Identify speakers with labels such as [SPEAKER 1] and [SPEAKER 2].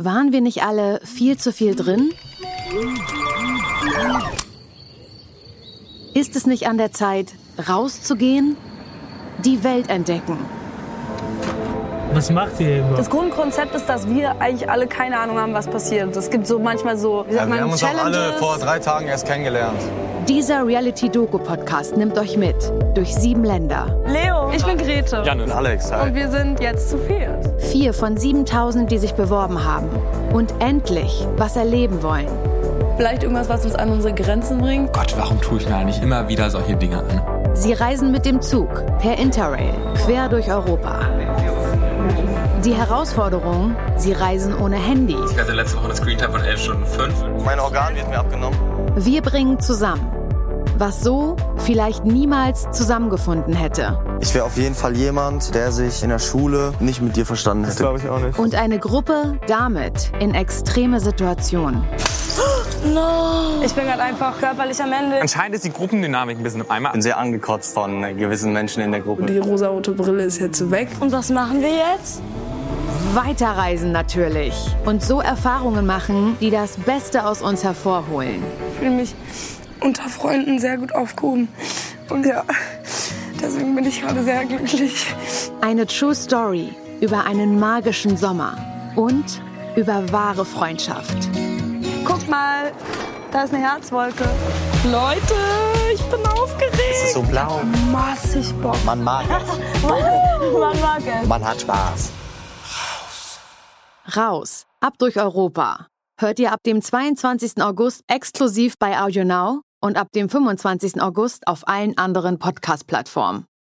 [SPEAKER 1] Waren wir nicht alle viel zu viel drin? Ist es nicht an der Zeit, rauszugehen? Die Welt entdecken.
[SPEAKER 2] Was macht ihr überhaupt?
[SPEAKER 3] Das Grundkonzept ist, dass wir eigentlich alle keine Ahnung haben, was passiert. Es gibt so manchmal so, wie
[SPEAKER 4] Ja,
[SPEAKER 3] sagt
[SPEAKER 4] Also wir haben
[SPEAKER 3] man,
[SPEAKER 4] uns auch alle
[SPEAKER 3] Challenges.
[SPEAKER 4] vor drei Tagen erst kennengelernt.
[SPEAKER 1] Dieser Reality-Doku-Podcast nimmt euch mit durch sieben Länder.
[SPEAKER 3] Leo, ich bin Grete.
[SPEAKER 4] Und Alex, hi.
[SPEAKER 3] Und wir sind jetzt zu viert.
[SPEAKER 1] Vier von 7000, die sich beworben haben. Und endlich was erleben wollen.
[SPEAKER 3] Vielleicht irgendwas, was uns an unsere Grenzen bringt.
[SPEAKER 5] Gott, warum tue ich mir eigentlich immer wieder solche Dinge an?
[SPEAKER 1] Sie reisen mit dem Zug per Interrail quer durch Europa. Die Herausforderung, sie reisen ohne Handy.
[SPEAKER 5] Ich hatte letzte Woche eine Screentime von 11 Stunden 5.
[SPEAKER 4] Mein Organ wird mir abgenommen.
[SPEAKER 1] Wir bringen zusammen, was so vielleicht niemals zusammengefunden hätte.
[SPEAKER 6] Ich wäre auf jeden Fall jemand, der sich in der Schule nicht mit dir verstanden hätte.
[SPEAKER 4] Glaube ich auch nicht.
[SPEAKER 1] Und eine Gruppe damit in extreme Situationen.
[SPEAKER 3] Ich bin gerade einfach körperlich am Ende.
[SPEAKER 5] Anscheinend ist die Gruppendynamik ein bisschen im Eimer.
[SPEAKER 4] Ich bin sehr angekotzt von äh, gewissen Menschen in der Gruppe.
[SPEAKER 7] Die rosarote Brille ist jetzt weg.
[SPEAKER 3] Und was machen wir jetzt?
[SPEAKER 1] Weiterreisen natürlich und so Erfahrungen machen, die das Beste aus uns hervorholen.
[SPEAKER 7] Ich fühle mich unter Freunden sehr gut aufgehoben. Und ja, deswegen bin ich gerade sehr glücklich.
[SPEAKER 1] Eine True Story über einen magischen Sommer und über wahre Freundschaft.
[SPEAKER 3] Guck mal, da ist eine Herzwolke. Leute, ich bin
[SPEAKER 4] Es
[SPEAKER 3] aufgeregt.
[SPEAKER 4] ist so blau.
[SPEAKER 7] Massig Bock.
[SPEAKER 6] Man mag es.
[SPEAKER 3] Man mag es.
[SPEAKER 6] Man hat Spaß.
[SPEAKER 1] Raus, ab durch Europa. Hört ihr ab dem 22. August exklusiv bei Audio Now und ab dem 25. August auf allen anderen Podcast-Plattformen.